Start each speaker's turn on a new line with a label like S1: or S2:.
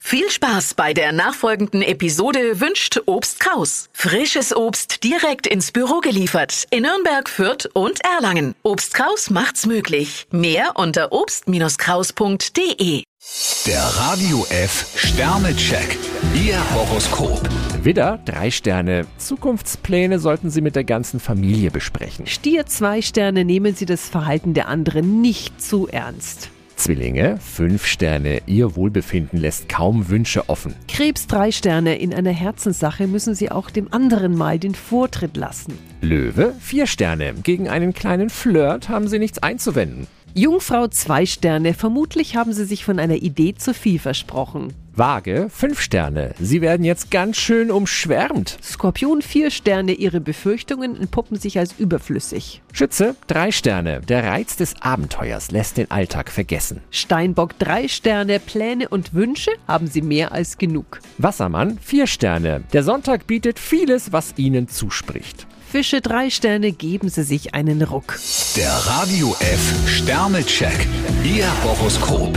S1: Viel Spaß bei der nachfolgenden Episode wünscht Obst Kraus. Frisches Obst direkt ins Büro geliefert in Nürnberg, Fürth und Erlangen. Obst Kraus macht's möglich. Mehr unter obst-kraus.de.
S2: Der Radio F Sternecheck. Ihr Horoskop.
S3: Widder, drei Sterne. Zukunftspläne sollten Sie mit der ganzen Familie besprechen.
S4: Stier zwei Sterne nehmen Sie das Verhalten der anderen nicht zu ernst.
S3: Zwillinge, fünf Sterne. Ihr Wohlbefinden lässt kaum Wünsche offen.
S4: Krebs drei Sterne in einer Herzenssache müssen Sie auch dem anderen mal den Vortritt lassen.
S3: Löwe, vier Sterne. Gegen einen kleinen Flirt haben Sie nichts einzuwenden.
S4: Jungfrau zwei Sterne vermutlich haben Sie sich von einer Idee zu viel versprochen.
S3: Waage, fünf Sterne. Sie werden jetzt ganz schön umschwärmt.
S4: Skorpion vier Sterne Ihre Befürchtungen entpuppen sich als überflüssig.
S3: Schütze, drei Sterne. Der Reiz des Abenteuers lässt den Alltag vergessen.
S4: Steinbock drei Sterne Pläne und Wünsche haben Sie mehr als genug.
S3: Wassermann, vier Sterne. Der Sonntag bietet vieles, was Ihnen zuspricht.
S4: Fische drei Sterne geben Sie sich einen Ruck.
S2: Der Radio F Sternecheck. Ihr Horoskop.